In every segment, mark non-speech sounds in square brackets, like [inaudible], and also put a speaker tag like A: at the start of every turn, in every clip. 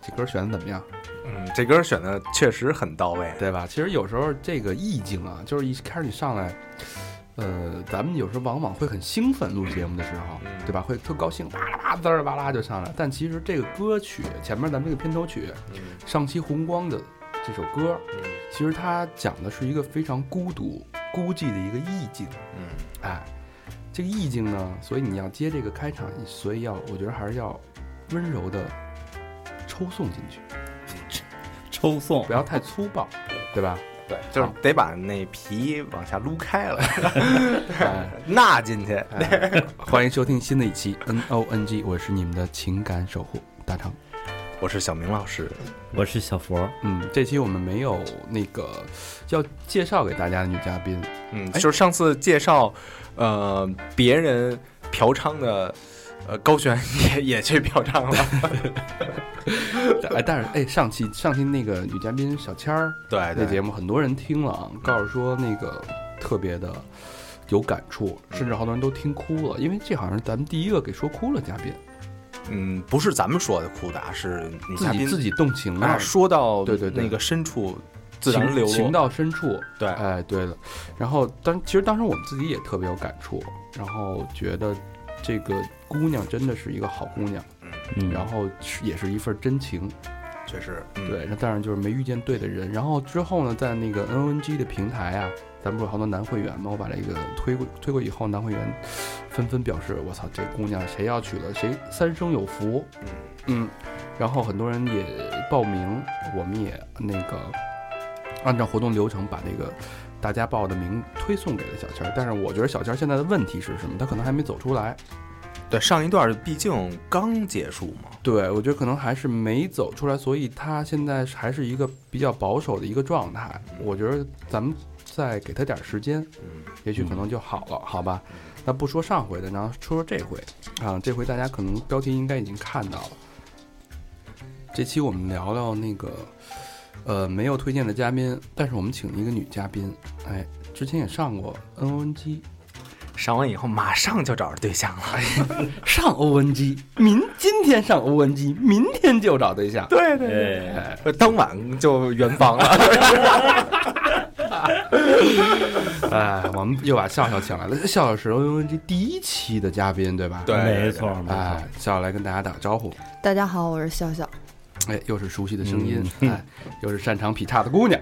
A: 这歌选的怎么样？
B: 嗯，这歌选的确实很到位。
A: 对吧？其实有时候这个意境啊，就是一开始你上来，呃，咱们有时候往往会很兴奋，录节目的时候，对吧？会特高兴，哇啦哇滋儿哇啦就上来。但其实这个歌曲前面咱们这个片头曲，上期红光的这首歌，其实它讲的是一个非常孤独、孤寂的一个意境。
B: 嗯，
A: 哎，这个意境呢，所以你要接这个开场，所以要我觉得还是要温柔的抽送进去，
C: 抽送
A: 不要太粗暴，对吧？
B: 对，就是得把那皮往下撸开了，
A: 哎，
B: 纳进去。
A: 哎欢迎收听新的一期 N O N G，我是你们的情感守护大长。
B: [laughs] 我是小明老师，
C: 我是小佛，
A: 嗯，这期我们没有那个要介绍给大家的女嘉宾，
B: 嗯，
A: 哎
B: 就是上次介绍，呃，别人嫖娼的，呃，高璇也也去嫖娼
A: [laughs]
B: 了。
A: 哎，但是哎，上期上期那个女嘉宾小谦儿
B: 对嗯
A: 那哎节
B: 对，
A: 目，很多人听了啊，告诉说那个特别的有感触，
B: 嗯
A: 甚至好多人都听哭了，因为这好像是咱们第一个给说哭了嘉宾，
B: 嗯，不是咱们说的哭的啊，是女
A: 自
B: 嘉
A: 己
B: 宾
A: 自己动情
B: 啊，
A: 了，
B: 说到
A: 对对对
B: 那个深处自
A: 情
B: 然流
A: 情
B: 露。
A: 到深处，
B: 对，
A: 哎，对了，然后当其实当时我们自己也特别有感触，然后觉得这个姑娘真的是一个好姑娘，
C: 嗯，
A: 然后是也是一份真情，
B: 确实，嗯，
A: 对，那当然就是没遇见对的人。然后之后呢，在那个 NONG 的平台啊，咱们不是有好多男会员吗？我把这个推过推过以后，男会员纷纷表示：“我操，这姑娘谁要娶了谁三生有福。”嗯，然后很多人也报名，我们也那个按照活动流程把这个大家报的名推送给了小千儿。但是我觉得小千儿现在的问题是什么？她可能还没走出来。
B: 对，上一段毕竟刚结束嘛，
A: 对，我觉得可能还是没走出来，所以他现在是还是一个比较保守的一个状态。我觉得咱们再给他点儿时间，
B: 嗯，
A: 也许可能就好了，好吧？那不说上回的，然后说说这回啊，这回大家可能标题应该已经看到了。这期我们聊聊那个，呃，没有推荐的嘉宾，但是我们请了一个女嘉宾，哎，之前也上过 N O N G，
B: 上完以后马上就找着对象了。
A: 上 O N G，明今天上 O N G，明天就找对象。
B: 对对
C: 哎，
B: 对，当晚就圆房了。
A: 哎，我们又把笑笑请来了，笑笑是 O N G 第一期的嘉宾，对吧？
B: 对
C: 没错，没错
A: 哎，，笑笑来跟大家打个招呼，
D: 大家好，我是笑笑。
A: 哎，又是熟悉的声音，
B: 嗯
A: 哎，又是擅长劈叉的姑
B: [laughs]
A: 娘，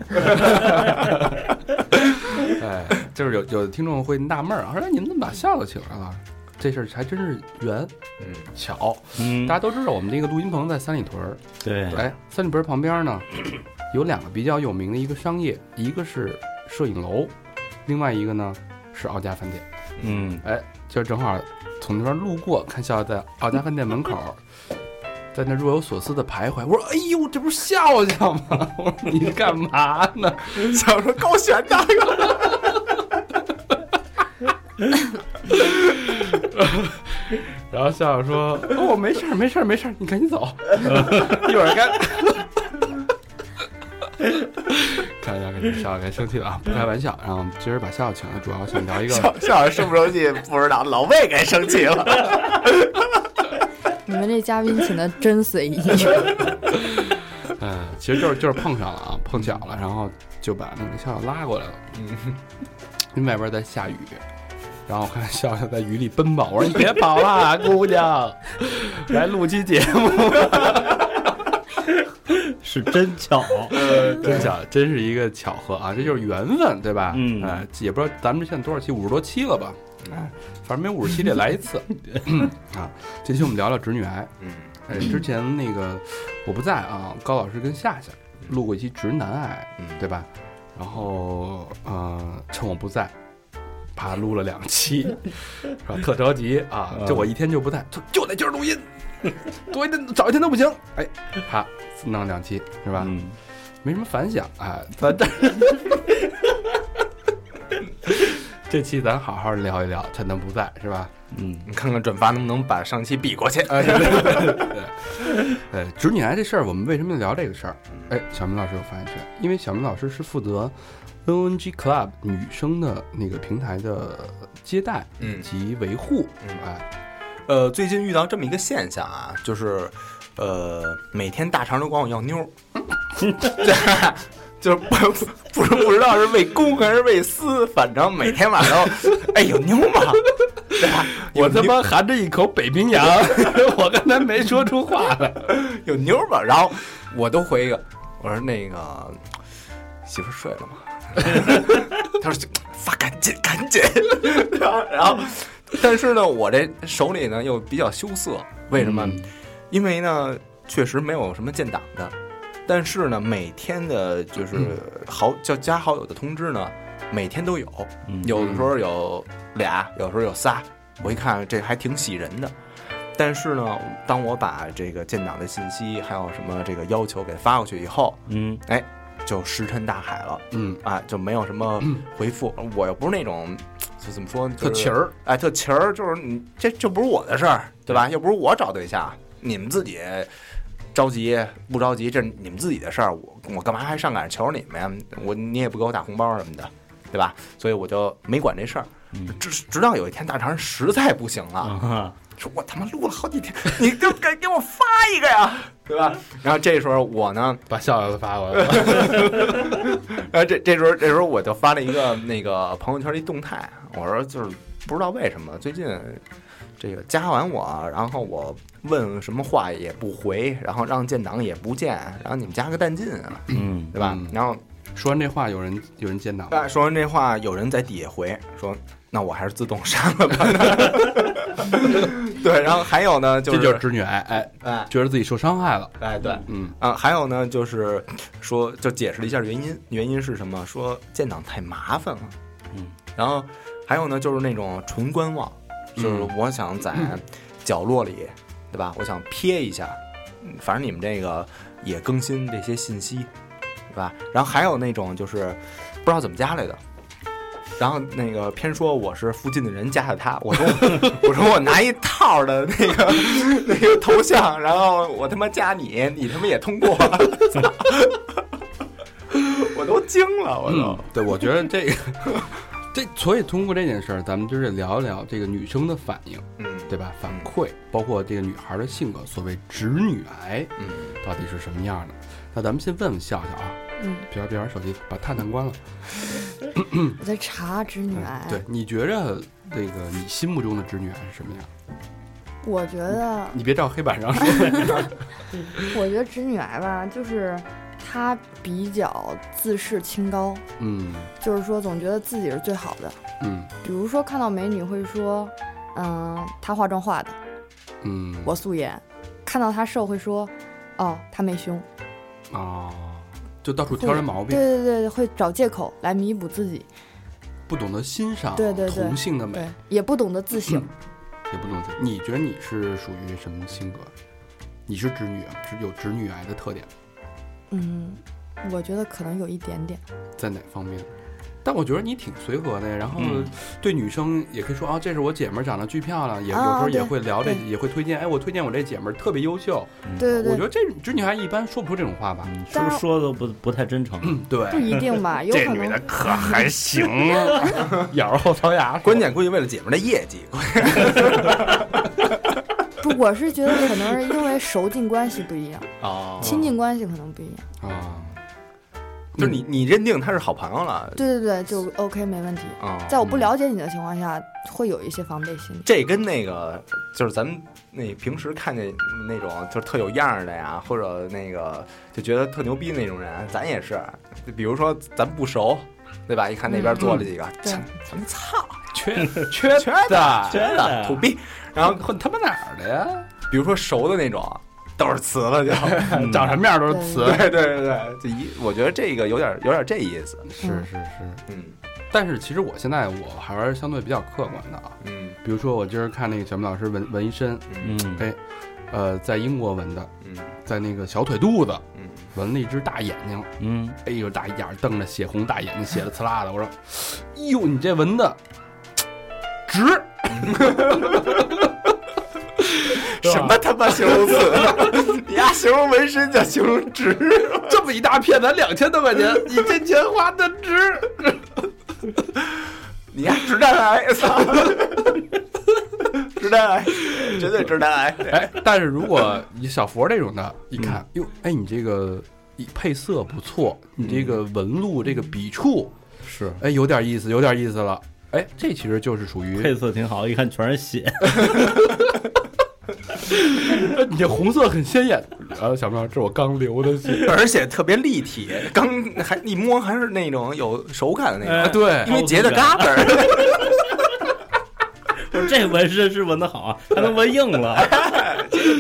A: 哎，就是有有的听众会纳闷儿啊，说哎你们怎么把笑笑请来了？这事儿还真是缘
B: 嗯，
A: 巧，
C: 嗯，
A: 大家都知道我们这个录音棚在三里屯儿，
B: 嗯
C: 对，
A: 哎，三里屯旁边呢， [clears throat] 有两个比较有名的一个商业，一个是摄影楼，另外一个呢是奥家饭店。
C: 嗯，
A: 哎，就正好从那边路过，看笑笑在奥家饭店门口，在那若有所思的徘徊。我说：“哎呦，这不是笑笑吗？” [laughs] 我说：“你干嘛呢
B: 想说高悬那个，？”
A: [laughs] 然后笑笑说：“哦，我没事儿，没事儿，没事儿，你赶紧走， [laughs] 一会儿该。”开玩笑，开玩笑，笑该生气了啊！不开玩笑。然后今儿把笑笑请来，主要想聊一个
B: 笑笑生不生气不知道，老魏该生气了。
D: 你们这嘉宾请的真随意，
A: 嗯，其实就是就是碰上了啊，碰巧了，然后就把那个笑笑拉过来了。嗯 [laughs] 因为外边在下雨，然后我看笑笑在雨里奔跑，我说你别跑啦，姑娘，来录期节目。
C: 是真巧，
A: 真巧，真是一个巧合啊，这就是缘分，对吧？
C: 嗯
A: 哎也不知道咱们这现在多少期，五十多期了吧？哎，反正每五十期得来一 [laughs] 次。 [clears throat] 嗯啊，这期我们聊聊直女癌。
B: 嗯，
A: 哎，之前那个我不在啊，高老师跟夏夏录过一期直男癌，
B: 嗯
A: 对吧？然后呃，趁我不在，啪录了两期，是吧？特着急啊，就我一天就不在，就就得今儿录音， [laughs] 多一天早一天都不行，哎，啪弄两期是吧？
C: 嗯，
A: 没什么反响啊，咱这 [laughs] 这期咱好好聊一聊，趁他不在是吧？
C: 嗯，
B: 你看看转发能不能把上期比过去？
A: [laughs] 哎，对对对对对呃，直女癌这事儿，我们为什么要聊这个事儿？哎，小明老师有发言权，因为小明老师是负责 NNG Club 女生的那个平台的接待
B: 嗯
A: 及维护。
B: 嗯
A: 哎，
B: 呃，最近遇到这么一个现象啊，就是，呃，每天大肠都管我要妞儿，就是不不是不知道是喂公还是喂私，反正每天晚上，哎，有妞吗？对吧？
A: 我
B: 有
A: 他
B: 妞
A: 妈含着一口北冰洋， [laughs] 我刚才没说出话来。
B: 有妞吗？然后我都回一个，我说那个媳妇儿睡了吗？ [laughs] 他说发赶紧赶紧， [laughs] 然后然后，但是呢，我这手里呢又比较羞涩，为什么？
C: 嗯
B: 因为呢确实没有什么建档的，但是呢每天的就是
C: 嗯
B: 好叫加好友的通知呢，每天都有，
C: 嗯
B: 有的时候有俩，有时候有仨，我一看这还挺喜人的。但是呢，当我把这个建档的信息还有什么这个要求给发过去以后，哎
C: 嗯
B: 就石沉大海了
A: 嗯，
B: 啊，就没有什么回复。我又不是那种，就怎么说，
A: 特
B: 就是
A: 勤儿，
B: 哎，特勤儿，就是你这这不是我的事儿，对吧？又不是我找对象，你们自己着急不着急，这是你们自己的事儿，我我干嘛还上赶着求你们呀？我你也不给我打红包什么的，对吧？所以我就没管这事儿
C: 嗯。
B: 直直到有一天大肠实在不行了，
C: 啊，
B: 说我他妈录了好几天， [laughs] 你就给给我发一个呀， [laughs] 对吧？然后这时候我呢，
A: [laughs] 把笑笑都发过来 [laughs] 了。
B: 然后这这时候这时候我就发了一个那个朋友圈的一动态，我说就是不知道为什么最近这个加完我，然后我问什么话也不回，然后让建档也不见，然后你们加个淡进啊，
C: 嗯
B: 对吧？
A: 嗯
B: 然后
A: 说完这话，有人有人见到
B: 大家
A: 吗，
B: 说完这话，有人在底下回说。那我还是自动删了吧。 [laughs] 对，然后还有呢，就
A: 这
B: 是
A: 就是直女癌，哎，
B: 哎
A: 觉得自己受伤害了。
B: 哎对，
A: 嗯，
B: 啊，还有呢，就是说，就解释了一下原因，原因是什么？说建档太麻烦了，
C: 嗯，
B: 然后还有呢，就是那种纯观望，就是我想在角落里，对吧？我想瞥一下，嗯反正你们这个也更新这些信息，对吧？然后还有那种就是不知道怎么加来的。然后那个偏说我是附近的人加的他，我说 [laughs] 我说我拿一套的那个 [laughs] 那个头像，然后我他妈加你，你他妈也通过， [laughs] 操我都惊了，我都
A: 嗯，对，我觉得这个， [laughs] 这所以通过这件事儿，咱们就是聊一聊这个女生的反应，
B: 嗯
A: 对吧？反馈，包括这个女孩的性格，所谓直女癌
B: 嗯
A: 到底是什么样的？那咱们先问问笑笑啊，
D: [laughs] 嗯，
A: 别玩别玩手机，把探探关了。嗯
D: 我在查直女癌。
A: 对，，你觉着那个你心目中的直女癌是什么样？
D: 我觉得，
A: 你别照黑板上
D: 哎
A: 说。
D: 我觉得直女癌吧，就是她比较自视清高，
A: [laughs] 嗯
D: 就是说总觉得自己是最好的。
A: 嗯
D: 比如说看到美女会说，嗯、她化妆化的，
A: 嗯，
D: 我素颜；看到她瘦会说，哦，她没胸。
A: 啊，就到处挑人毛
D: 对
A: 病，
D: 对对，会找借口来弥补自己，
A: 不懂得欣赏
D: 对对对
A: 同性的美
D: 对，，也不懂得自省。
A: 也不懂得。你觉得你是属于什么性格？你是直女啊，是有直女癌的特点吗。
D: 嗯，我觉得可能有一点点。
A: 在哪方面？但我觉得你挺随和的，然后
C: 嗯
A: 对女生也可以说啊，这是我姐们儿长得巨漂亮，也有时
D: 啊
A: 候
D: 对
A: 也会聊这，
D: 对
A: 也会推荐，哎，我推荐我这姐们儿特别优秀。
D: 对
A: 我
D: 对
A: 觉
D: 对，
A: 得这这女孩一般说不出这种话吧？
C: 嗯是不是说的不不太真诚？
A: 嗯， [clears throat] 对
D: 不，一定吧，有可能。
A: 可还行啊， [laughs] 咬着后槽牙。
B: 关键估计为了姐们儿的业绩，
D: 不，我是觉得可能是因为熟近关系不一样，
B: 哦
D: 亲近关系可能不一样。
A: 啊，
B: 就是你你认定他是好朋友了，
D: 对对对，就 OK 没问题。
B: 啊、
D: 在我不了解你的情况下，会有一些防备心理。
B: 这跟那个就是咱们那平时看见那种就是特有样儿的呀，或者那个就觉得特牛逼那种人，咱也是，就比如说咱不熟。对吧？一看那边坐了几个，
D: 对
B: 咱们操，
A: 缺缺
B: 缺
A: 的，
C: 真
B: 的土逼。然后
A: 混他妈哪儿的呀？
B: 比如说熟的那种，都是辞了就。
C: 嗯
A: 长什么样都是
D: 对
A: 瓷。
B: 对对对对，就一我觉得这个有点有点这意思。
A: 是是是，
B: 嗯，
A: 但是其实我现在我还是相对比较客观的啊，
B: 嗯
A: 比如说我今儿看那个小明老师纹纹一身，
B: 嗯
C: 嗯，
A: 哎，呃，在英国纹的，
B: 嗯
A: 在那个小腿肚子
B: 嗯，
A: 纹了一只大眼睛，
C: 嗯，
A: 哎呦，大眼儿瞪着血红大眼睛，血的刺啦的。我说，哎呦，你这纹的值，
B: 什么他妈形容词？ [laughs] 你丫形容纹身叫形容值？
A: 这么一大片才两千多块钱，你这钱花的值。
B: 你丫直男癌！ [laughs] 操，直男癌，绝对直男癌！
A: [laughs] 哎，但是如果你小佛这种的，一看，哟，哎，你这个一配色不错，你这个纹路这个笔触，
C: 是
A: 哎，有点意思，有点意思了。哎，这其实就是属于
C: 配色挺好，一看全是 [laughs] 血，
A: 呃你这红色很鲜艳，然后呃小妙，这是我刚流的血。
B: 而且特别立体，刚还一摸还是那种有手感的那
A: 啊，
B: 种，
A: 对
B: 因，为结的嘎嘣儿。
C: 不是这纹身是纹的好啊，还能纹硬了。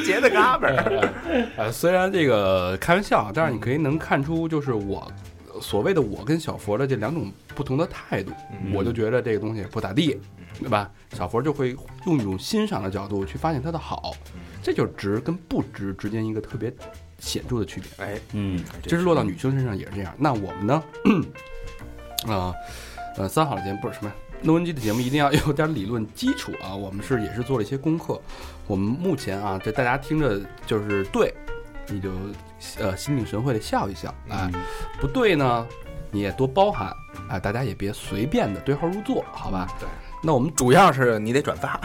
B: 结的嘎嘣儿。
A: 呃，虽然这个开玩笑，啊但是你可以能看出，就是我所谓的我跟小佛的这两种不同的态度，
B: 嗯
A: 我就觉得这个东西不咋地，对吧？小佛就会用一种欣赏的角度去发现它的好，这就是值跟不值之间一个特别显著的区别。
B: 哎，
C: 嗯，
A: 其实落到女生身上也是这样。那我们呢？ [clears throat] 啊、呃，三好的节目不是什么呀诺文基的节目一定要 [laughs] 有点理论基础啊。我们是也是做了一些功课。我们目前啊，这大家听着就是对，你就呃心领神会的笑一笑，哎，不对呢，你也多包涵，哎，大家也别随便的对号入座，好吧？
B: 对。
A: 那我们
B: 主要是你得转发，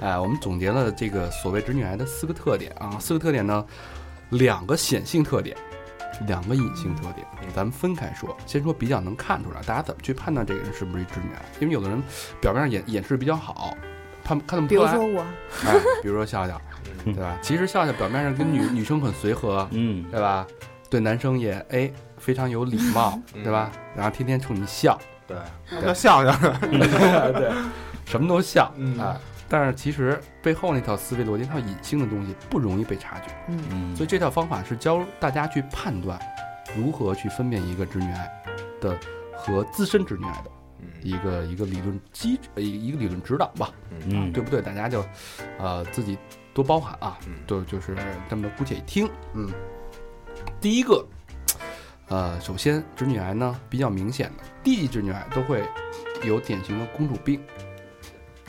A: 哎，我们总结了这个所谓直女癌的四个特点啊，四个特点呢，两个显性特点，两个隐性特点，
C: 嗯
A: 咱们分开说。先说比较能看出来，大家怎么去判断这个人是不是一直女癌？因为有的人表面上掩掩饰比较好，判看得不
D: 比
A: 出
D: 如
A: 来
D: 说。我，
A: 哎，比如说笑笑，对
C: 嗯
A: 吧？其实笑笑表面上跟女
D: 嗯
A: 女生很随和，
C: 嗯，
A: 对吧？对男生也哎非常有礼貌，
B: 嗯
A: 对吧？然后天天冲你笑，
B: 对，
A: 要
B: 笑笑。
A: 对，什么都笑
B: 嗯
A: 啊。但是其实背后那套思维逻辑、那套隐性的东西不容易被察觉，
D: 嗯，
C: 嗯
A: 所以这套方法是教大家去判断如何去分辨一个直女癌的和自身直女癌的
B: 嗯
A: 一个一个理论基呃一一个理论指导吧，
C: 嗯，
A: 对不对？大家就呃自己多包涵啊，
B: 嗯
A: 就就是这么姑且一听。嗯，第一个，呃，首先直女癌呢比较明显的，第一直女癌都会有典型的公主病，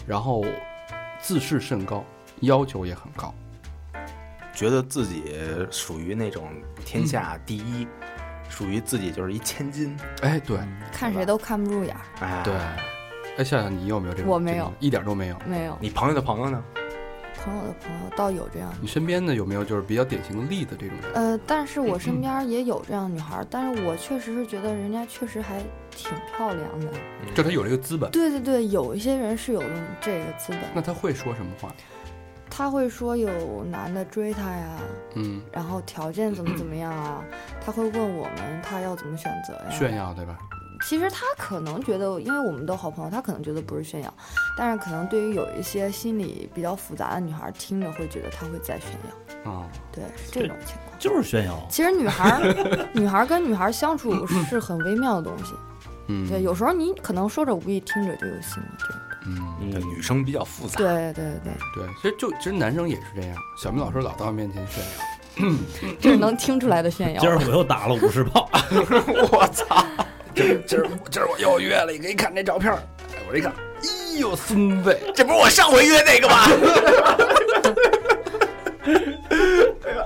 A: 然后自视甚高，要求也很高。
B: 觉得自己属于那种天下第一，属于自己就是一千金。
A: 哎，对，
D: 看谁都看不住眼儿，
B: 哎，
A: 对，哎，笑笑，你有没有这种？
D: 我没
A: 这
D: 有
A: 种，一点都没有。
D: 没有
B: 你朋友的朋友呢？
D: 朋友的朋友倒有这样的。
A: 你身边的有没有就是比较典型的例子这种人？
D: 呃，但是我身边儿也有这样的女孩儿，但是我确实是觉得人家确实还挺漂亮的。
B: 嗯
A: 就他有这个资本，
D: 对对对，有一些人是有这个资
A: 那
D: 本，
A: 他会说什么话？
D: 他会说有男的追她呀，
A: 嗯，
D: 然后条件怎么怎么样啊，他会问我们他要怎么选择呀。
A: 炫耀对吧？
D: 其实他可能觉得，因为我们都好朋友，他可能觉得不是炫耀，但是可能对于有一些心理比较复杂的女孩儿，听着会觉得他会在炫耀，
A: 啊、
D: 对，是这种情况。
C: 就是炫耀。
D: 其实女孩儿，女孩儿跟女孩儿相处是很微妙的东西。
A: 嗯，
D: 对，有时候你可能说着无意，听着就有心了。对，
A: 嗯，
C: 嗯
B: 对，女生比较复杂。
D: 对对对，
A: 对，其实就其实男生也是这样，小明老师老到面前炫耀，
D: 这是能听出来的炫
C: 今
D: 耀。
C: 儿我又打了五十炮，
B: 我操！
A: 今儿今儿我又约了一个，一看这照片儿，哎，我这一看，哎呦孙子，
B: 这不是我上回约那
A: [laughs]
B: 个吗？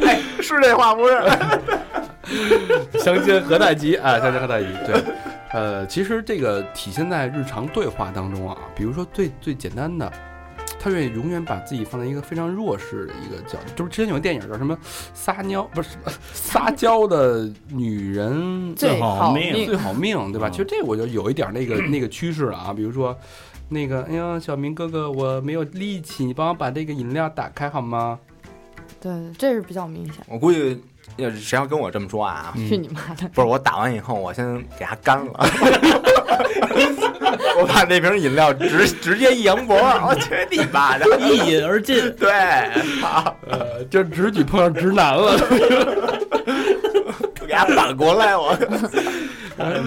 B: 哎，是这话不是？
A: [laughs] 相亲何太急啊，相亲何太急，对。呃，其实这个体现在日常对话当中啊，比如说最最简单的，他愿意永远把自己放在一个非常弱势的一个角度，就是之前有个电影叫什么“撒尿”，不是什么“撒娇的女人
D: 最
C: 好
D: 好
C: 命
D: 命
A: 最好命”，对吧？
C: 嗯
A: 其实这我就有一点 [clears throat] 那个那个趋势了啊，比如说那个，哎呀，小明哥哥，我没有力气，你帮我把这个饮料打开好吗？
D: 对对，这是比较明显。
B: 我估计要是谁要跟我这么说啊，
D: 去你妈的！
B: 不是我打完以后，我先给它干了， [laughs] 我把那瓶饮料直直接一扬脖，我去你妈的！
C: 一饮而 [laughs] 尽。
B: 对，
A: 呃，就直女 [laughs] 碰上直男了。
B: 我给它反过来，我
A: 呃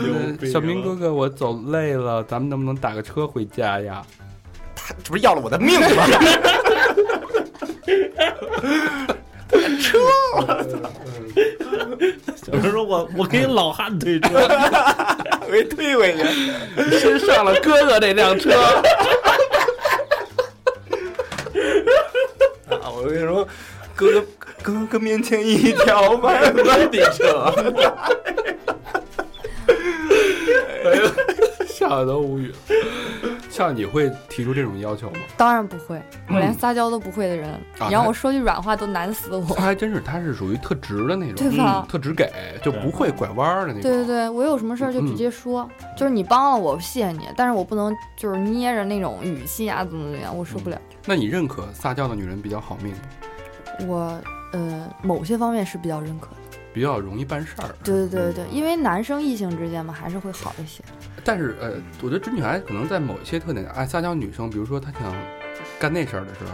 A: 小明哥哥，我走累了，咱们能不能打个车回家 [laughs] 呀？
B: 他这不是要了我的命吗？ [laughs]
C: 小明说我我给老汉 [laughs] 推车，
B: 我给退回去。
A: 先上了哥哥那辆车， [laughs]
B: 啊，我跟你说，哥哥哥哥面前一条慢慢的车。
A: 笑的都无语了。像你会提出这种要求吗？
D: 当然不会，我连撒娇都不会的人，
A: 啊
D: 你让
A: 那
D: 我说句软话都难死我 [laughs]
A: 他。哦还真是，他是属于特直的那种，嗯
D: 对吧嗯
A: 特直给，就不会拐弯儿的那种。
D: 对对对，我有什么事儿就直接说，就是你帮了我，谢谢你，但是我不能就是捏着那种语气啊，怎么怎么样，我受不了。
A: 那你认可撒娇的女人比较好命，
D: 我呃某些方面是比较认可的，
A: 比较容易办事儿？
D: 对对对对，因为男生异性之间嘛，还是会好一些。
A: 但是呃，我觉得真女孩可能在某一些特点，哎，撒娇女生，比如说她想干那事儿的时候，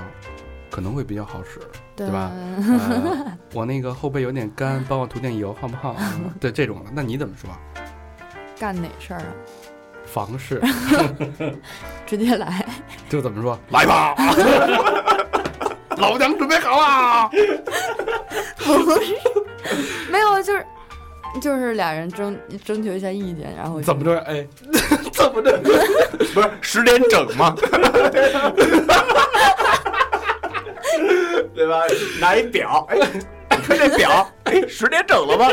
A: 可能会比较好 [laughs] 使。
D: 对
A: 对吧呃我那个后背有点干，帮我涂点油好不 [laughs] 好？对这种的，那你怎么说？
D: 干哪事儿啊？
A: 房 [laughs] 事
D: 直接来， [laughs]
A: 就怎么说？来吧，老娘准备好了。
D: 没有，就是就是俩人征征求一下意见，然后
A: [laughs] 怎么着？哎，
B: 不是十点整 [laughs] 吗？对吧？拿一表，哎，你看这表，哎，十点整了吧？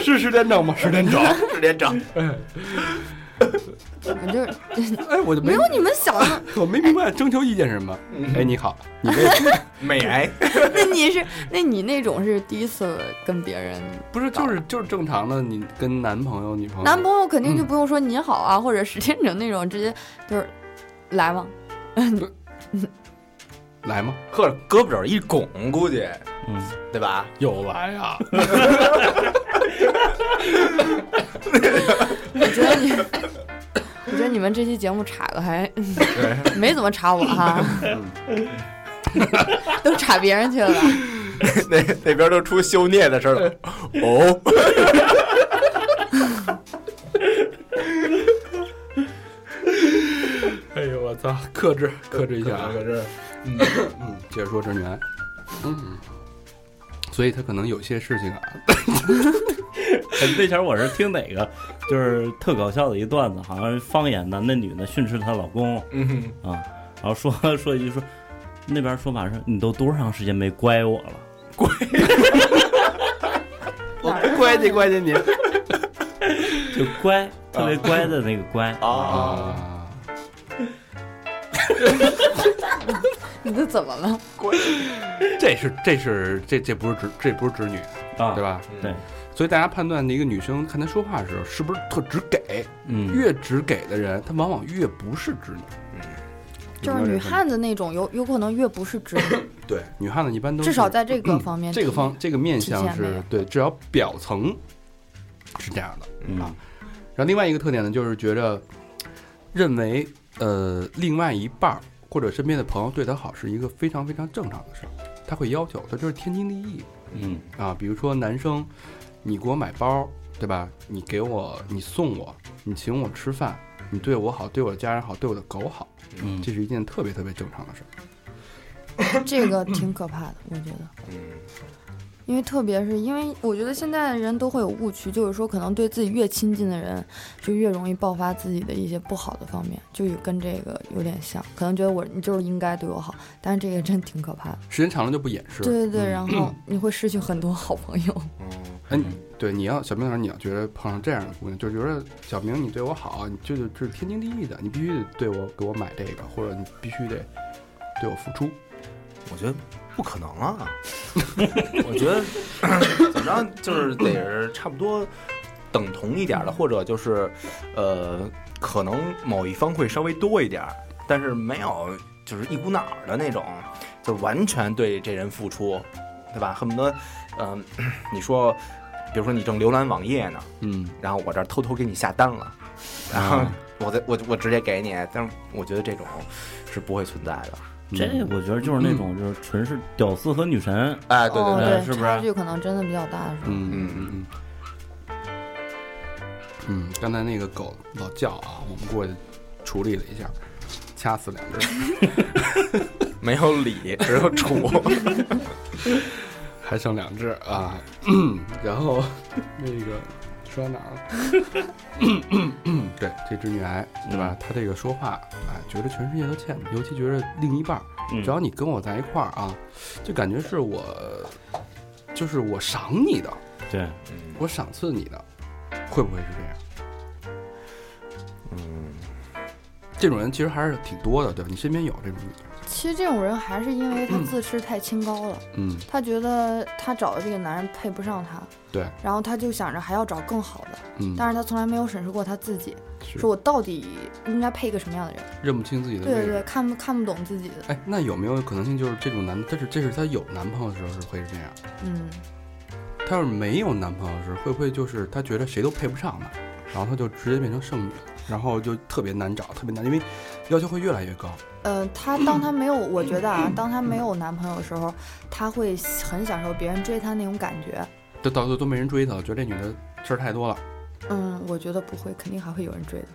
A: 是十点整吗？十点整。
B: 十点整，
D: 我就是
A: [laughs] 哎，我就
D: 没
A: 没
D: 有你们想的，
A: 我没明白征求意见是什么。哎，你好，你这
B: 美癌。
D: [laughs] 那你是那你那种是第一次跟别人，
A: 不是就是就是正常的，你跟男朋友、女朋友，
D: 男朋友肯定就不用说你好啊，或者石天成那种，直接就是来嘛，
A: 来吗？
B: 呵，胳膊肘一拱，估计
C: 嗯，
B: 对吧？
A: 有来呀，
D: 我觉得你，我觉得你们这期节目查的还 [laughs] 没怎么查我哈， [laughs] 都查别人去了吧。
B: [laughs] 那那边都出修孽的事儿了。 [laughs] 哦，
A: 哎呦我操，克制克制一下啊，
B: 是
A: 嗯，接着说郑源，嗯，所以他可能有些事情啊，
C: 那前儿我是听哪个，就是特搞笑的一段子，好像是方言的，那女的训斥她老公
B: 嗯，
C: 啊，然后说说一句说，那边说法是你都多长时间没乖我了？
D: 我
A: 关心关心你
C: 就乖，特别乖的那个乖。
B: 啊，
A: 啊，
D: 你这怎么了？
A: 这是这是这这不是直这不是直女，
C: 啊，
A: 对？吧？嗯
C: 对，
A: 所以大家判断一个女生看她说话的时候是不是特直给，
C: 嗯，
A: 越直给的人，她往往越不是直女。
D: 就是女汉子那种，有有可能越不是直女，
A: 对，女汉子一般都是嗯
D: 至少在这个方面，
A: 这个方这个面
D: 体
A: 相
D: 现没
A: 是
D: 有
A: 对，至少表层是这样的。啊
C: 嗯，
A: 然后另外一个特点呢，就是觉着认为呃另外一半儿或者身边的朋友对他好是一个非常非常正常的事儿，他会要求，他这是天经地义
C: 嗯，
A: 啊。比如说男生，你给我买包，对吧？你给我，你送我，你请我吃饭，你对我好，对我的家人好，对我的狗好，
C: 嗯
A: 这是一件特别特别正常的事儿。
D: 这个挺可怕的，我觉得。
B: 嗯，
D: 因为特别是因为我觉得现在的人都会有误区，就是说可能对自己越亲近的人，就越容易爆发自己的一些不好的方面，就有跟这个有点像，可能觉得我你就是应该对我好，但是这个真挺可怕的。
A: 时间长了就不掩饰了。嗯
D: 对对对，然后你会失去很多好朋友。
A: 哎，你对，你要小明老师，你要觉得碰上这样的姑娘，就觉得小明你对我好，你这就这是天经地义的，你必须得对我给我买这个，或者你必须得对我付出。
B: 我觉得不可能啊。 [laughs] 我觉得 [coughs] 怎么着，就是得是差不多等同一点儿的，或者就是呃，可能某一方会稍微多一点儿，但是没有就是一股脑儿的那种，就是完全对这人付出，对吧？恨不得，嗯、你说，比如说你正浏览网页呢。
A: 嗯，
B: 然后我这儿偷偷给你下单了，然后我再我我直接给你，但是我觉得这种是不会存在的。
C: 这我觉得就是那种就是纯是屌丝和女神，
B: 哎，对
D: 哦
B: 对对，
C: 是不是
D: 差距可能真的比较大的时候，
A: 嗯嗯
B: 嗯
A: 嗯嗯。嗯，刚才那个狗老叫啊，我们过去处理了一下，掐死两只，
B: 没有 [laughs] 理，只有处。
A: 还剩两只啊。 [clears throat] 然后 [laughs] 那个说到哪儿嗯了？对，这只女癌对吧？她这个说话，哎，觉得全世界都欠她，尤其觉得另一半儿，
C: 嗯
A: 只要你跟我在一块儿啊，就感觉是我，就是我赏你的，
C: 对，
B: 嗯
A: 我赏赐你的，会不会是这样？
B: 嗯，
A: 这种人其实还是挺多的，对吧？你身边有这种女的，
D: 其实这种人还是因为他自视太清高了，
A: 嗯，
D: 他觉得他找的这个男人配不上他，
A: 对，
D: 然后他就想着还要找更好的，
A: 嗯，
D: 但是他从来没有审视过他自己，
A: 是
D: 说我到底应该配一个什么样的人？
A: 认不清自己的
D: 对
A: 位
D: 对
A: 置。
D: 对，看不看不懂自己的，
A: 哎，那有没有可能性就是这种男的，但是这是她有男朋友的时候是会是这样，
D: 嗯，
A: 她要是没有男朋友的时候，会不会就是她觉得谁都配不上她，然后她就直接变成剩女了，然后就特别难找，特别难，因为要求会越来越高。
D: 呃，她当她没有，我觉得啊，当她没有男朋友的时候，她会很享受别人追她那种感觉。
A: 这到最后都没人追她了，觉得这女的事儿太多了。
D: 嗯，我觉得不会，肯定还会有人追的。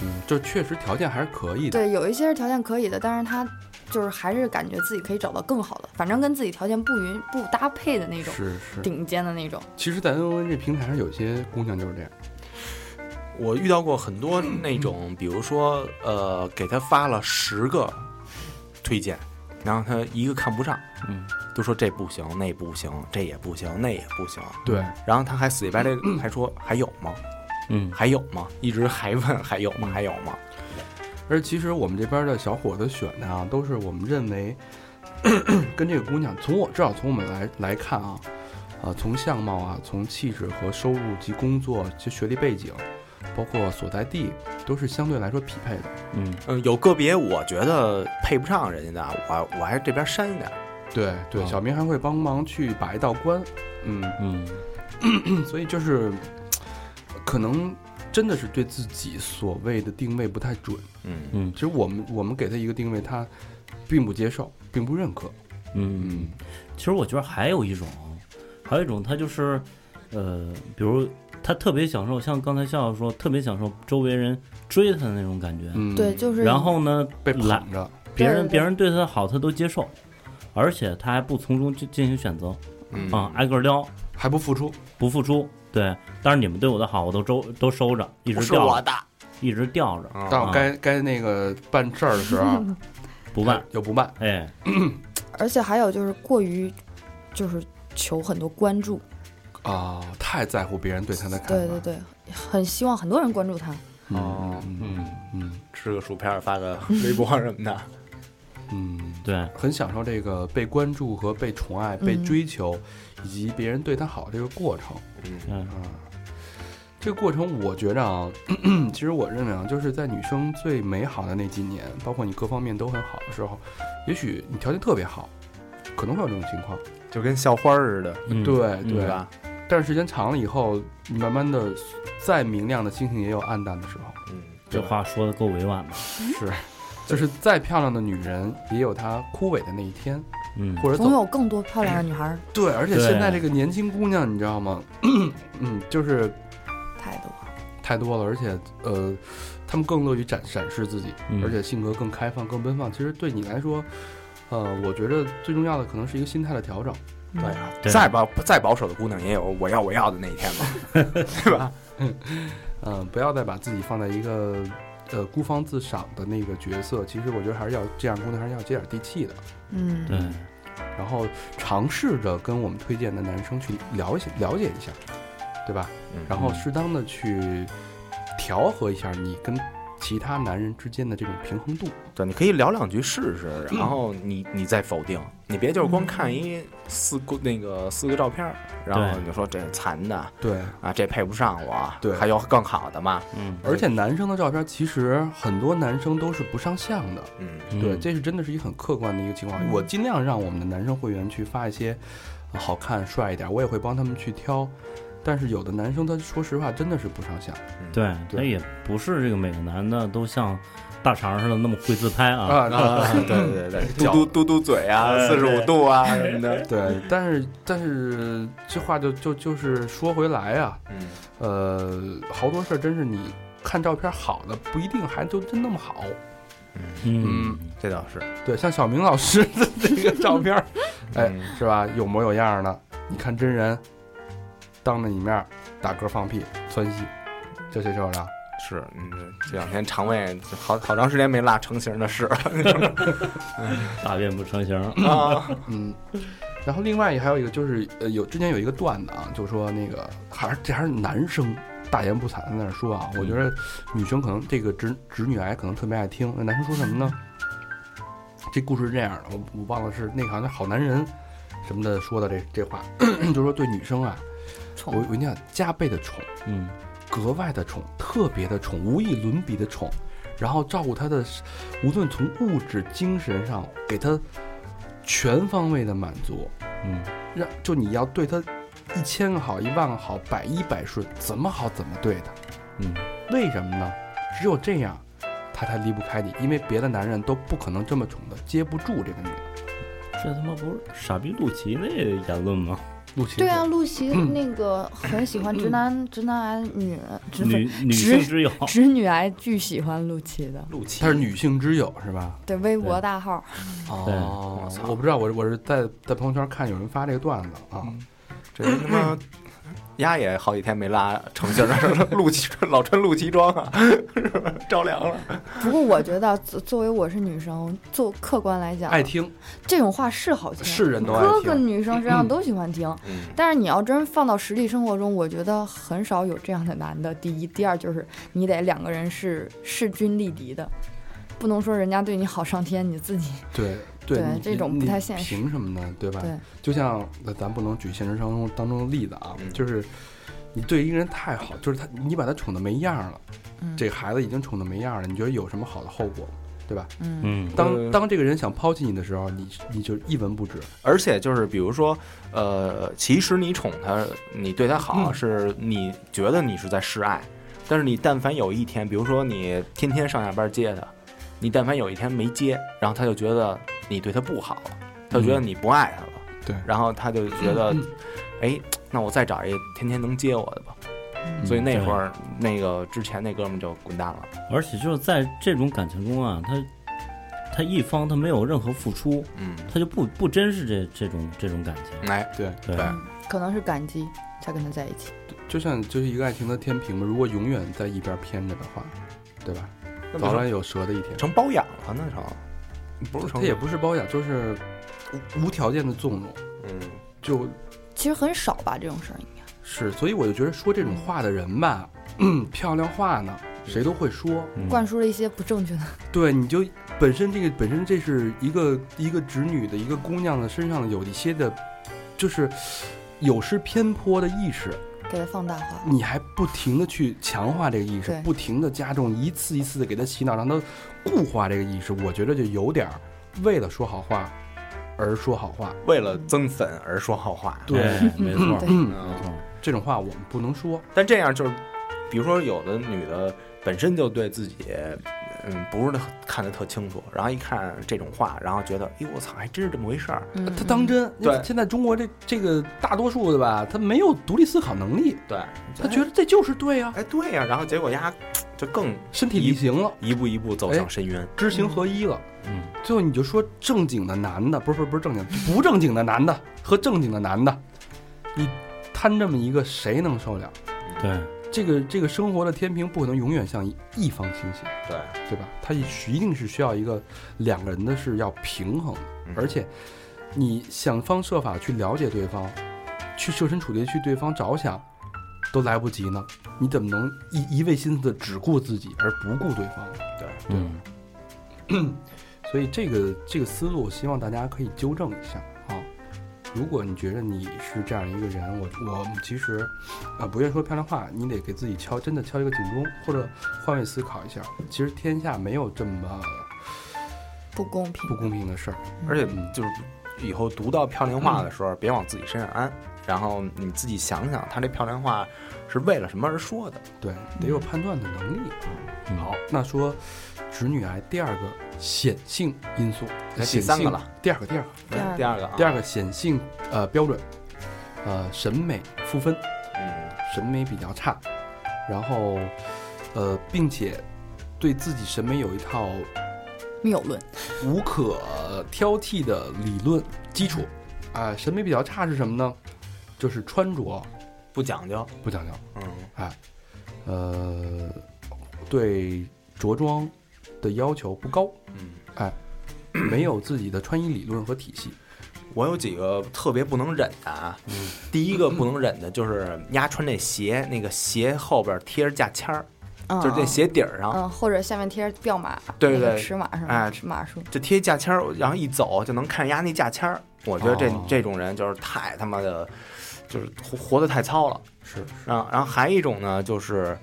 A: 嗯，就确实条件还是可以的。
D: 对，有一些是条件可以的，但是她就是还是感觉自己可以找到更好的，反正跟自己条件不允不搭配的那种
A: 是是，
D: 顶尖的那种。
A: 其实，在恩恩这平台上，有些姑娘就是这样。
B: 我遇到过很多那种，比如说，呃，给他发了十个推荐，然后他一个看不上，
C: 嗯，
B: 就说这不行，那不行，这也不行，那也不行，
A: 对，
B: 然后他还死乞白赖地
C: [clears throat]
B: 还说还有吗？
C: 嗯，
B: 还有吗？一直还问还有吗？还有吗？
A: 而其实我们这边的小伙子选的啊，都是我们认为 [clears throat] 跟这个姑娘，从我至少从我们来来看啊，啊，从相貌啊，从气质和收入及工作及学历背景，包括所在地，都是相对来说匹配的。
C: 嗯，
B: 嗯，有个别我觉得配不上人家的，我我还是这边删一点。
A: 对对，
C: 啊
A: 小明还会帮忙去把一道关，嗯，
C: 嗯，
A: 所以就是可能真的是对自己所谓的定位不太准。
B: 嗯
C: 嗯，
A: 其实我们我们给他一个定位，他并不接受，并不认可。
C: 嗯，其实我觉得还有一种，还有一种，他就是，呃，比如他特别享受，像刚才笑笑说，特别享受周围人追他的那种感觉。
A: 嗯，
D: 对，就是
C: 然后呢，
A: 被
C: 来
A: 捧着。
C: 别人
D: 对对
C: 别人对他好，他都接受，而且他还不从中进进行选择
B: 嗯
C: 啊，挨个撩，
A: 还不付出，
C: 不付出。对，但是你们对我的好，我都收都收着，一
B: 不
C: 直
B: 是我
C: 吊，
B: 的。
C: 一直吊着，
A: 到
C: 啊
A: 该该那个办事儿的时候
C: 不办。
A: 又不办，
C: 哎，
D: 而且还有就是过于就是求很多关注，
A: 啊，太在乎别人对他的看法。
D: 对对对，很希望很多人关注她。
A: 哦，嗯
C: 嗯，
A: 嗯
B: 吃个薯片，发个微博什么的。
A: 嗯，
C: 对，
A: 很享受这个被关注和被宠爱、被
D: 嗯
A: 追求，以及别人对他好这个过程
B: 嗯
C: 嗯
A: 啊。这个过程，我觉着啊， [clears throat] 其实我认为啊，就是在女生最美好的那几年，包括你各方面都很好的时候，也许你条件特别好，可能会有这种情况。
B: 就跟校花似的，
C: 嗯
A: 对
C: 嗯
A: 对
B: 对吧？
A: 但是时间长了以后，你慢慢的，再明亮的星星也有暗淡的时候。
B: 嗯，
C: 这话说的够委婉的。
A: 是，就是再漂亮的女人也有她枯萎的那一天，
C: 嗯，
A: 或者
D: 总
A: 走
D: 有更多漂亮的女孩儿
A: 对。而且
C: 对
A: 现在这个年轻姑娘，你知道吗？ [clears throat] 嗯，就是
D: 太多了。
A: 太多了，而且呃，她们更乐于展展示自己，
C: 嗯
A: 而且性格更开放、更奔放。其实对你来说，呃，我觉得最重要的可能是一个心态的调整。
D: 嗯
B: 对啊，
C: 对
B: 再保再保守的姑娘也有我要我要的那一天嘛，对吧？
A: 嗯、不要再把自己放在一个呃孤芳自赏的那个角色。其实我觉得还是要这样，姑娘还是要接点地气的。
D: 嗯，
C: 对，
A: 然后尝试着跟我们推荐的男生去了解了解一下，对吧？
B: 嗯
A: 然后适当的去调和一下你跟其他男人之间的这种平衡度。
B: 对，你可以聊两句试试，然后你你再否定，你别就是光看一四个那个四个照片儿，然后
C: 对
B: 你就说这残的
A: 对，
B: 啊，这配不上我，
A: 对
B: 还有更好的嘛，
C: 嗯，
A: 而且男生的照片其实很多男生都是不上相的。
B: 嗯
A: 对，
C: 嗯
A: 这是真的是一个很客观的一个情况。
D: 嗯
A: 我尽量让我们的男生会员去发一些呃好看、帅一点，我也会帮他们去挑。但是有的男生他说实话真的是不上相
C: 对，
A: 对
C: 他也不是这个每个男的都像大肠似的那么会自拍啊。
A: 啊
B: 啊，对对对，
A: 脚
B: [laughs] 嘟嘟嘟嘟嘴啊，
C: 哎
B: 四十五
C: 对
B: 度啊什么 [laughs] 的，
A: 对，但是但是这话就就就是说回来啊，
B: 嗯，
A: 呃，好多事儿真是你看照片好的不一定还就真那么好。
C: 嗯，
B: 这倒是，
A: 对，像小明老师的那个照片儿哎
B: 嗯，
A: 是吧，有模有样儿的，你看真人，当着你面儿打嗝放屁窜稀，这谁受得了？
B: 是，嗯，这两天肠胃好好长时间没拉成型的屎了
C: 大便不成形。
B: 啊，
A: 嗯，然后另外还有一个就是，呃，有之前有一个段子啊，就说那个还是这还是男生大言不惭地在那儿说啊，我觉得女生可能这个直直女啊癌可能特别爱听，那男生说什么呢？这故事是这样的，我我忘了是那个好像是好男人什么的说的这这话， [coughs] 就说对女生啊，我
D: 宠
A: 我跟你讲加倍的宠，
C: 嗯，
A: 格外的宠，特别的宠，无以伦比的宠，然后照顾她的，无论从物质、精神上给她全方位的满足，
C: 嗯，
A: 让就你要对她一千个好，一万个好，百依百顺，怎么好怎么对她。
C: 嗯，
A: 为什么呢？只有这样，她才离不开你，因为别的男人都不可能这么宠的，接不住这个女的。
C: 这他妈不是傻逼陆琪那言论吗？
A: 陆琪，
D: 对啊，露西
A: 嗯
D: 那个很喜欢直男、直男癌女人直粉
C: 女女性之友，
A: 哦
D: 直女癌巨喜欢陆琪的，
B: 陆琪
A: 她是女性之友是吧？
D: 对微博
C: 对
D: 大号，
A: 哦
B: 我操
A: 我不知道，我我是在在朋友圈看有人发这个段子啊。
B: 嗯这他妈丫也好几天没拉成型了， [laughs] 陆琪老穿陆琪装啊，是吧着凉了，
D: 不过我觉得作作为我是女生，做客观来讲，
A: 爱听
D: 这种话是好听，
A: 是人都爱
D: 哥哥
A: 听，
D: 女生身上都喜欢听。
B: 嗯，
D: 但是你要真放到实际生活中，我觉得很少有这样的男的。第一，第二就是你得两个人是势均力敌的，不能说人家对你好上天，你自
B: [laughs]
D: 己
A: 对
D: 对
A: 你
D: 这种
A: 你
D: 不太
A: 你
D: 现实
A: 凭什么呢？对吧？
D: 对
A: 就像那咱不能举现实生活中当中的例子啊
B: 嗯，
A: 就是你对一个人太好，就是他你把他宠的没样儿了，
D: 嗯
A: 这个孩子已经宠的没样儿了，你觉得有什么好的后果吗？对吧？
D: 嗯
C: 嗯，
A: 当
B: 呃
A: 当这个人想抛弃你的时候，你你就一文不值。
B: 而且就是比如说，呃，其实你宠他，你对他好，
A: 嗯
B: 是你觉得你是在示爱，但是你但凡有一天，比如说你天天上下班接他，你但凡有一天没接，然后他就觉得你对他不好了，他就觉得你不爱他了，
A: 对
B: 然后他就觉得，哎，那我再找一个天天能接我的吧。
D: 嗯
B: 所以那会儿，那个之前那哥们儿就滚蛋了。
C: 而且就是在这种感情中啊，他他一方他没有任何付出，
B: 嗯，
C: 他就不不珍视这这种这种感情。
B: 哎，
A: 对，
C: 对，
B: 对
D: 可能是感激才跟他在一起。
A: 就像就是一个爱情的天平嘛，如果永远在一边偏着的话，对吧？
B: 那不
A: 早
B: 成
A: 晚有折的一天。
B: 成包养了，那成不是
A: 他
B: 成
A: 也不是包养，就是无无条件的纵容，
B: 嗯，
A: 就
D: 其实很少吧，这种事儿应该。
A: 是，所以我就觉得说这种话的人吧， [clears throat] 漂亮话呢，谁都会说。
C: 嗯
D: 灌输了一些不正确的，
A: 对，你就本身这个本身这是一个一个直女的一个姑娘的身上有一些的，就是有失偏颇的意识，
D: 给他放大化。
A: 你还不停的去强化这个意识
D: 对，
A: 不停的加重，一次一次的给她洗脑，让她固化这个意识。我觉得就有点儿为了说好话而说好话。
B: 为了增粉而说好话。
A: 对
C: 哎没错，
D: 对，
A: 嗯，
B: 嗯，
A: 这种话我们不能说。
B: 但这样就是，比如说有的女的本身就对自己，嗯，不是特看得特清楚，然后一看这种话，然后觉得，哎呦我操，还真是这么回事儿。
D: 嗯
A: 他当
D: 嗯
A: 真，因为
B: 对
A: 现在中国这这个大多数的吧，他没有独立思考能力，
B: 对，
A: 他觉得这就是对啊，
B: 哎，对呀、然后结果丫就更
A: 身体力行了，
B: 一步一步走向深渊。
A: 知行合一了。
C: 嗯，
A: 最后你就说正经的男的，不是不是不是正经，不正经的男的和正经的男的，你摊这么一个，谁能受了？
C: 对，
A: 这个这个生活的天平不可能永远向一一方倾斜，
B: 对，
A: 对吧？它一一定是需要一个两个人的是要平衡的，
B: 嗯
A: 而且你想方设法去了解对方，去设身处地去对方着想，都来不及呢。你怎么能一一味心思的只顾自己而不顾对方呢？
B: 对，
C: 嗯，
A: 所以这个这个思路，我希望大家可以纠正一下啊。如果你觉得你是这样一个人，我我其实啊、不愿意说漂亮话，你得给自己敲真的敲一个警钟，或者换位思考一下。其实天下没有这么
D: 不公平
A: 不。公平的事儿。
B: 而且就是以后读到漂亮话的时候，别往自己身上安。然后你自己想想，他这漂亮话是为了什么而说的？
A: 对，得有判断的能力。啊
C: 嗯
A: 好，那说直女癌第二个显性因素，哎
B: 写三个，
A: 显
B: 了
A: 性第二个，第二个，
D: 第二个
B: 第二个啊，
A: 第二个显性呃标准，呃审美负分，
B: 嗯，
A: 审美比较差，然后呃并且对自己审美有一套
D: 谬论，
A: 无可挑剔的理论基础啊、审美比较差是什么呢？就是穿着
B: 不讲究，
A: 不讲究，啊
B: 嗯
A: 呃，对着装的要求不高，啊
B: 嗯。
A: 没有自己的穿衣理论和体系。
B: 我有几个特别不能忍的啊，
A: 嗯
B: 第一个不能忍的就是丫穿这鞋，那个鞋后边贴着价签儿，
D: 嗯，
B: 就是这鞋底儿上
D: 嗯，或者下面贴着标码，
B: 对
D: 那个
B: 对
D: 尺码是吧？
B: 哎
D: 尺码数，
B: 就贴价签儿，然后一走就能看着丫那价签儿。我觉得这、
A: 哦
B: 这种人就是太他妈的，就是活活得太糙了。
A: 是，
B: 然后然后还一种呢，就是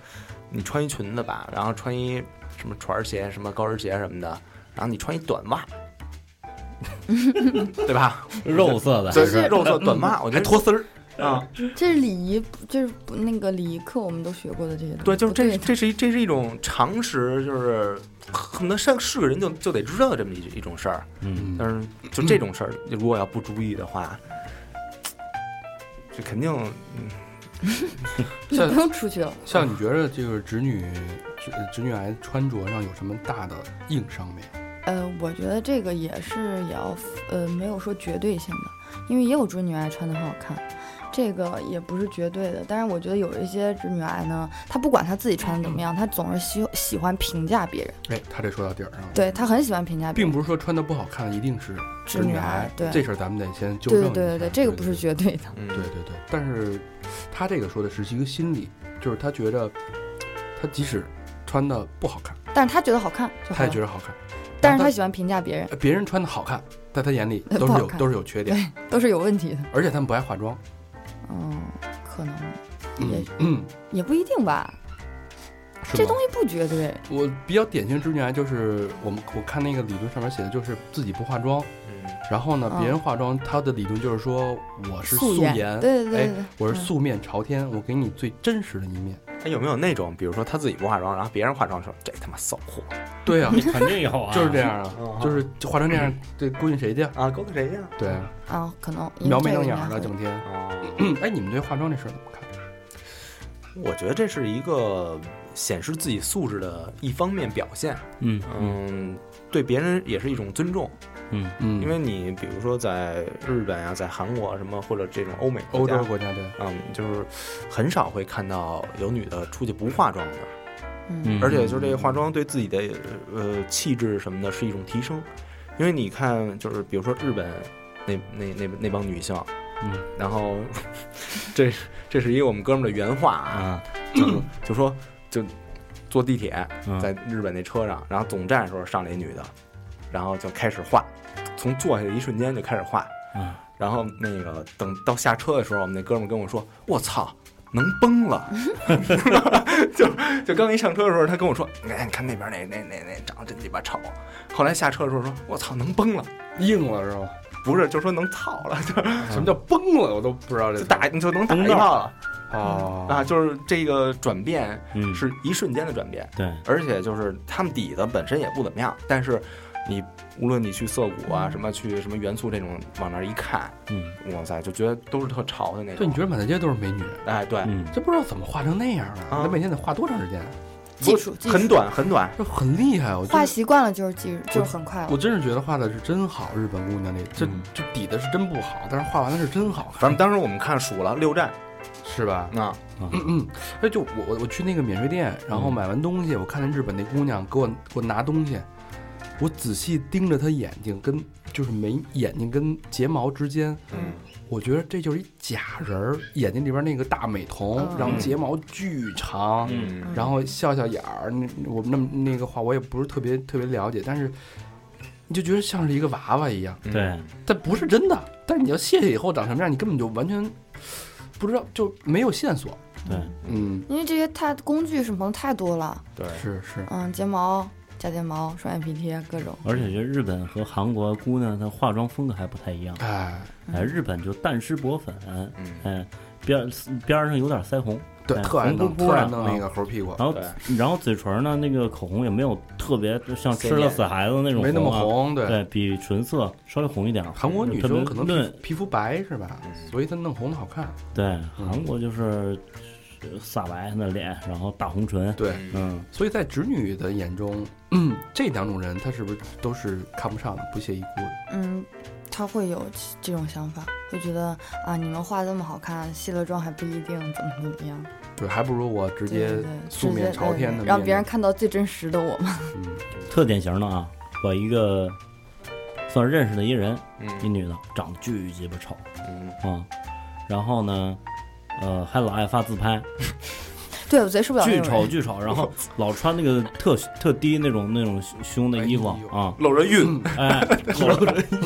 B: 你穿一裙子吧，然后穿一什么船儿鞋、什么高跟鞋什么的，然后你穿一短袜，
A: [laughs]
B: 对吧？
C: 肉色的，
B: 就是肉色短袜，我觉得
A: 还脱丝
B: 儿啊，
D: 这是礼仪，就是那个礼仪课我们都学过的这些东西。
B: 对，就是这
D: 不
B: 这是一这是一种常识，就是可能是是个人就就得知道的这么一一种事儿。
C: 嗯，
B: 但是就这种事儿，如果要不注意的话，这肯定嗯
D: [laughs] 你
A: 像
D: 不用出去了。
A: 像你觉得这个直女直直女癌穿着上有什么大的硬伤没有？
D: 呃，我觉得这个也是也要呃没有说绝对性的，因为也有追女爱穿的很好看，这个也不是绝对的。但是我觉得有一些追女爱呢，她不管她自己穿的怎么样，她总是喜喜欢评价别人，
A: 哎，他这说到点儿上了。
D: 对她很喜欢评价别
A: 并
D: 人。
A: 不是说穿的不好看一定是
D: 直
A: 女
D: 女癌对
A: 这事儿咱们得先纠
D: 对
A: 正
D: 对
A: 一
D: 对
A: 下
D: 对对，这个不是绝对的。
B: 嗯
A: 对对对，但是他这个说的是一个心理，就是他觉得他即使穿的不好看，
D: 但是她觉得好看就好
A: 他也
D: 了
A: 觉，得好看，
D: 但
A: 然
D: 是
A: 后
D: 她喜欢评价别人，
A: 他别人穿的好看，在他眼里都
D: [laughs] 不
A: 是
D: 好
A: 有
D: 看
A: 都是有缺点，
D: 都是有问题的。
A: 而且他们不爱化妆，
D: 嗯，可能也
A: 嗯嗯，
D: 也不一定吧，
A: 是
D: 这
A: 吗啊
D: 东西不绝对。
A: 我比较典型之前就是我们我看那个理论上面写的就是自己不化妆，
B: 嗯
A: 然后呢
D: 嗯
A: 别人化妆，他的理论就是说我是
D: 素
A: 素
D: 颜
A: 颜，
D: 对对对
A: 哎
D: 对，
A: 我是
D: 嗯
A: 素面朝天，我给你最真实的一
D: [laughs]
A: 面。
B: 哎，有没有那种，比如说他自己不化妆，然后别人化妆的时候，这他妈骚货
A: 对啊，
C: 肯定有啊，
A: 就是这样啊，
B: 嗯
A: 就是就化成这样，这闺女谁去啊？
B: 啊，勾搭谁呀？
A: 对啊，嗯
D: 啊，可能因为
A: 描眉
D: 这
A: 弄
D: 个应
A: 眼
D: 该
A: 儿的
D: 会
A: 整天。
B: 哦，
A: 嗯，哎，你们对化妆这事儿怎么看？
B: 我觉得这是一个显示自己素质的一方面表现。
C: 嗯嗯
B: 嗯，对别人也是一种尊重，
C: 嗯，
A: 嗯
B: 因为你比如说在日本呀、在韩国啊什么，或者这种欧美
A: 欧
B: 国家
A: 洲国家对，
B: 嗯，就是很少会看到有女的出去不化妆的，
D: 嗯，
B: 而且就是这个化妆对自己的呃气质什么的是一种提升，因为你看，就是比如说日本那那那那帮女性，
C: 嗯，
B: 然后 [laughs] 这这是一个我们哥们儿的原话啊，
C: 啊，
B: 就是就说就坐地铁
C: 嗯
B: 在日本那车上，然后总站的时候上来一女的，然后就开始画，从坐下的一瞬间就开始画，
C: 嗯
B: 然后那个等到下车的时候，我们那哥们儿跟我说：“我操，能崩
C: [laughs]
B: 了！” [laughs] 就就刚一上车的时候，他跟我说：“哎，你看那边那那那那长得真鸡巴丑。”后来下车的时候说：“我操，能崩了！”
A: 硬了是吧？
B: 不是，就说能操了，
A: 什么叫崩了？我都不知道
B: 就
A: 这
B: 就打你就能打
C: 崩
B: 一
C: 掉
B: 炮了
A: 哦
B: 啊！就是这个转变
C: 嗯，
B: 是一瞬间的转变，
C: 对，
B: 而且就是他们底子本身也不怎么样，但是你无论你去涩谷啊，什么去什么元素这种往那儿一看，
C: 嗯
B: 哇塞，就觉得都是特潮的那种。
A: 对，你觉得满大街都是美女，
B: 哎，对，
C: 嗯，
A: 这不知道怎么化成那样了？
B: 啊
A: 那每天得化多长时间啊？
D: 技术技术
B: 很短很短，
A: 这很厉害，我真
D: 画
A: 的
D: 习惯了就是技术，就是很快
A: 我
D: 了。
A: 真是觉得画的是真好，日本姑娘这这
B: 嗯
A: 这底子是真不好，但是画完了是真好
B: 反
A: 看，
B: 正当时我们看数了六站
A: 是吧？
B: 啊，
A: 嗯，哎，就我我我去那个免税店，然后
C: 嗯
A: 买完东西，我看见日本那姑娘给我给我拿东西，我仔细盯着她眼睛跟就是眉眼睛跟睫毛之间，
B: 嗯，
A: 我觉得这就是一假人儿，眼睛里边那个大美瞳，
D: 嗯
A: 然后睫毛巨长，
B: 嗯
A: 然后笑笑眼儿，那我那么那个话我也不是特别特别了解，但是你就觉得像是一个娃娃一样，
B: 嗯
C: 对，
A: 但不是真的，但是你要卸下以后长什么样，你根本就完全不知道，就没有线索，
C: 对，
A: 嗯，
D: 因为这些太工具什么的太多了，
B: 对，
A: 是是。
D: 嗯，睫毛、假睫毛、双眼皮贴各种。
C: 而且这日本和韩国姑娘她化妆风格还不太一样，
A: 哎，
C: 哎，日本就淡湿薄粉，
B: 嗯，
C: 哎，边儿边儿上有点腮红，
A: 对，
C: 哎
A: 特爱
C: 红扑
A: 弄，
C: 扑
A: 特爱
C: 的
A: 弄
C: 啊
A: 那个猴屁股，
C: 然后
B: 对
C: 然后嘴唇呢，那个口红也没有特别就像
B: 鲜
C: 吃了
B: 艳
C: 死孩子那种、啊，
A: 没那么红，对。
C: 对比唇色稍微红一点儿。
A: 韩国女
C: 特别
A: 生可能
C: 嫩嗯
A: 皮，皮肤白是吧？
B: 嗯
A: 所以她弄红的好看。
C: 对韩国就是呃撒白那脸，然后大红唇，
A: 对，
C: 嗯，
A: 所以在直女的眼中，这两种人她是不是都是看不上的、不屑一顾的？
D: 嗯，他会有这这种想法，会觉得啊，你们画这么好看，卸了妆还不一定怎么怎么样，
A: 对，还不如我直
D: 对
A: 接
D: 对对，
A: 素
D: 直接
A: 面朝
D: 对
A: 天的
D: 对
A: 面
D: 让别人
A: 对。
D: 看到最真实的我嘛。
A: 嗯，
C: 特典型的啊。我一个算认识的一人，一
B: 嗯
C: 女的，长得巨鸡巴丑
B: 嗯，
C: 啊，然后呢，呃，还老爱发自拍，
D: [laughs] 对我贼受不了那
C: 巨
D: 种
C: 丑
D: 人
C: 巨丑，然后老穿那个特特低那种那种胸的衣服
A: 哎呦
C: 啊，
B: 露着晕，
C: 哎，露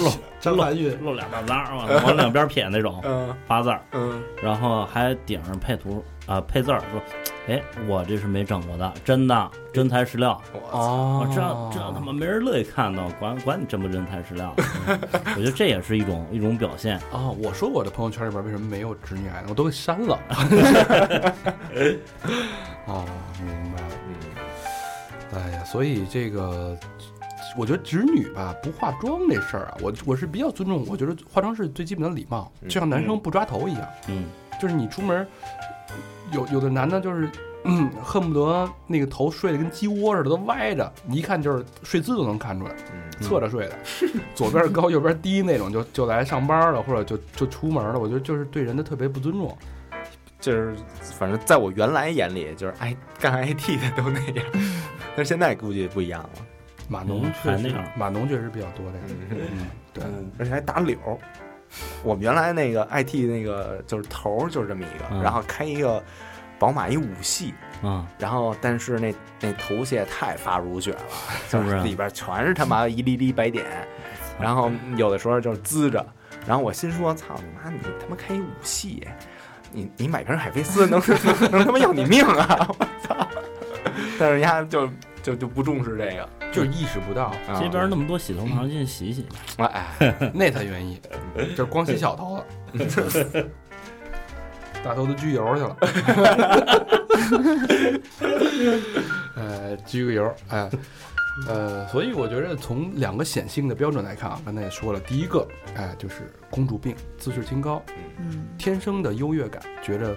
C: 露
A: 张含韵
C: 露俩大渣儿嘛，
A: [laughs]
C: 往两边撇那种
B: 嗯
C: 八字儿，
B: 嗯，
C: 然后还顶上配图啊、配字儿说，哎，我这是没整过的，真的真材实料。
B: 我
C: 我
A: 哦
C: 这这他妈没人乐意看到，管管你真不真材实料。 [laughs] 嗯我觉得这也是一种一种表现。
A: 啊！我说我的朋友圈里边为什么没有直女癌呢？我都给删
C: [laughs]
A: 了。 [laughs] 哦，明白了。
B: 嗯
A: 哎呀，所以这个，我觉得直女吧不化妆这事儿啊，我我是比较尊重，我觉得化妆是最基本的礼貌，
B: 嗯
A: 就像男生不抓头一样，
C: 嗯，
A: 就是你出门儿，有有的男的就是。 [clears throat] 嗯，恨不得那个头睡得跟鸡窝似的，都歪着，你一看就是睡姿都能看出来，
B: 嗯
A: 侧着睡的，左边高右边低那种，就就来上班了，或者就就出门了。我觉得就是对人的特别不尊重。
B: 就是反正在我原来眼里，就是 I 干 IT 的都那样，但是现在估计不一样了。
A: 码农
C: 嗯
A: 确
C: 还那
A: 实
C: 样，
A: 码农确实比较多这个，
B: 嗯，
A: 嗯，对，
B: 而且还打绺儿。我们原来那个 IT 那个就是头儿就是这么一个，
C: 嗯
B: 然后开一个宝马一五系，
C: 啊，
B: 然后但是那那头屑太发如雪了，
C: [laughs] 是不是
B: 里边全是他妈一粒粒
C: [laughs]
B: 白点，然后有的时候就是滋着，然后我心说操你妈你他妈开一五系，你你买瓶海飞丝能 [laughs] 能能他妈要你命啊！我操！但是人家就就就不重视这个，
A: 就是意识不到，
B: 啊
C: 这边那么多洗头房进去洗一洗吧。
B: 哎
A: 那他愿意，就是光洗小头了，大头都焗油去了。呃，焗个油，哎，呃，所以我觉得从两个显性的标准来看啊，刚才也说了，第一个，哎，就是公主病、自视清高，
D: 嗯，
A: 天生的优越感，觉着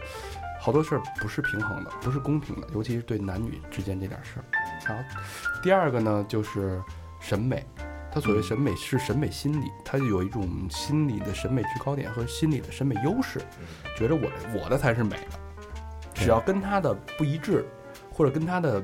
A: 好多事儿不是平衡的，不是公平的，尤其是对男女之间这点事儿。然后第二个呢，就是审美，他所谓审美是审美心理，他有一种心理的审美制高点和心理的审美优势，觉得我的我的才是美的，只要跟他的不一致，或者跟他的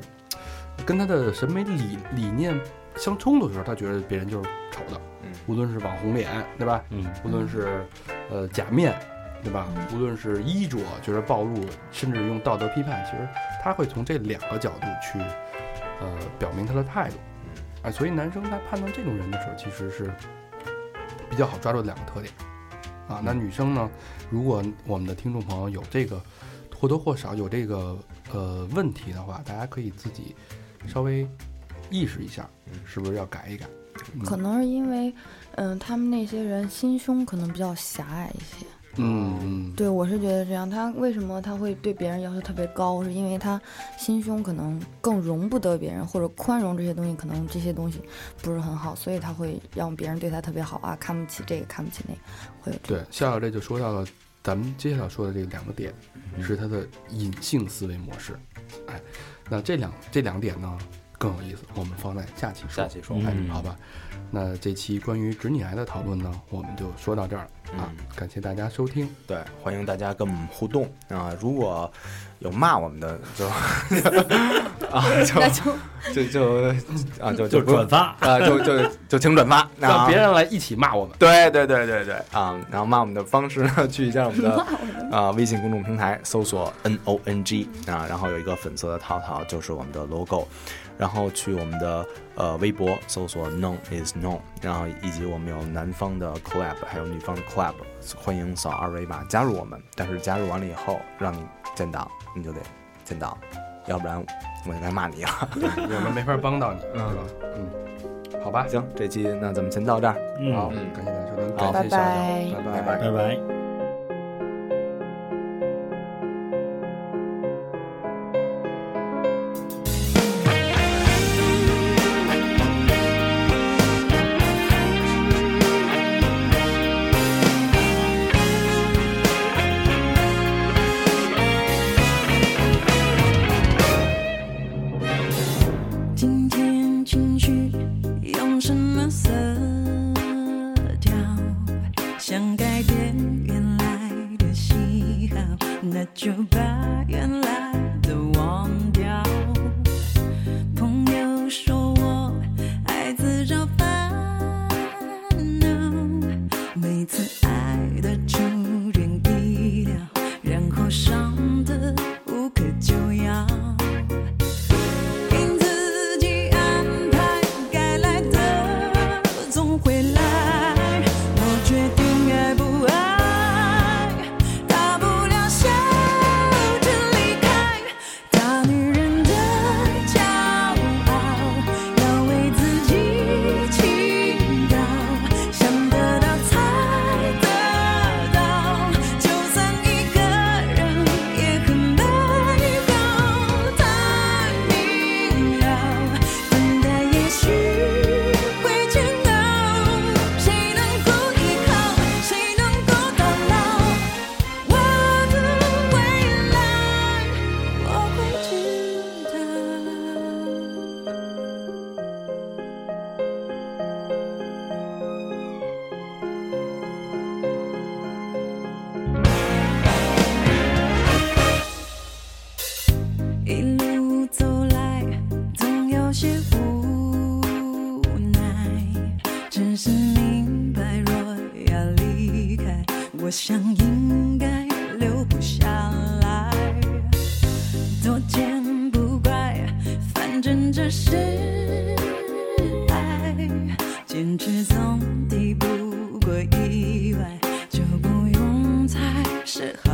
A: 跟他的审美理理念相冲突的时候，他觉得别人就是丑的，
B: 嗯
A: 无论是网红脸，对吧？
C: 嗯，
A: 无论是呃假面，对吧？无论是衣着，觉得暴露，甚至用道德批判，其实他会从这两个角度去呃表明他的态度。啊、所以男生在判断这种人的时候，其实是比较好抓住的两个特点啊。那女生呢，如果我们的听众朋友有这个或多或少有这个呃问题的话，大家可以自己稍微意识一下
B: 嗯，
A: 是不是要改一改？嗯
D: 可能是因为，嗯、他们那些人心胸可能比较狭隘一些。
A: 嗯嗯，
D: 对，我是觉得这样。他为什么他会对别人要求特别高？是因为他心胸可能更容不得别人，或者宽容这些东西，可能这些东西不是很好，所以他会让别人对他特别好啊，看不起这个，看不起那个，会有这
A: 对，夏小这就说到了咱们接下来说的这两个点，是他的隐性思维模式。哎，那这两这两点呢更有意思，我们放在下期说。
B: 下期说
A: 哎，
C: 嗯
A: 好吧。那这期关于直女癌的讨论呢，我们就说到这儿了、啊！感谢大家收听，
B: 对，欢迎大家跟我们互动啊！如果有骂我们的，就 [laughs] 啊
D: [laughs] 那就
B: 就就就啊就
C: 就
B: 不用
C: 转发，
B: 啊就就就请转发，
C: [laughs]
A: 让
B: 啊
A: 别人来一起骂我们。
B: 对对对对对啊！然后骂我们的方式呢，去一下我们的啊微信公众平台，搜索 N O N G 啊，然后有一个粉色的套套就是我们的 logo，然后去我们的呃微博搜索 Known is Known，然后以及我们有南方的 club，还有女方的 club，欢迎扫二维码加入我们。但是加入完了以后，让你建档，你就得建档，要不然我就该骂你啊了。
A: 我们没法帮到你，对吧？嗯，好吧，
B: 行，这期那咱们先到这儿，
C: 嗯，
A: 好，
B: 嗯
A: 感谢大家收听，
B: 好
A: 感
D: 拜
A: 谢小杨
D: 拜
A: 拜拜。
C: 拜拜。
E: 今天情绪用什么色调？想改变原来的喜好，那就把原来的忘掉。朋友说我爱自找烦恼，每次爱的出人意料，然后伤得无可救药。凭自己安排，该来的总会来。我决定爱不爱，大不了笑着离开。大女人的骄傲，要为自己祈祷，想得到才得到，就算一个人也很美好。太明了，等待也许会煎熬，谁能够依靠，谁能够到老？我的未来，我会知道。一路走来，总有些无奈。只是明白，若要离开，我想应该留不下来。多见不怪，反正这是爱，坚持总抵不过意外，就不用猜是好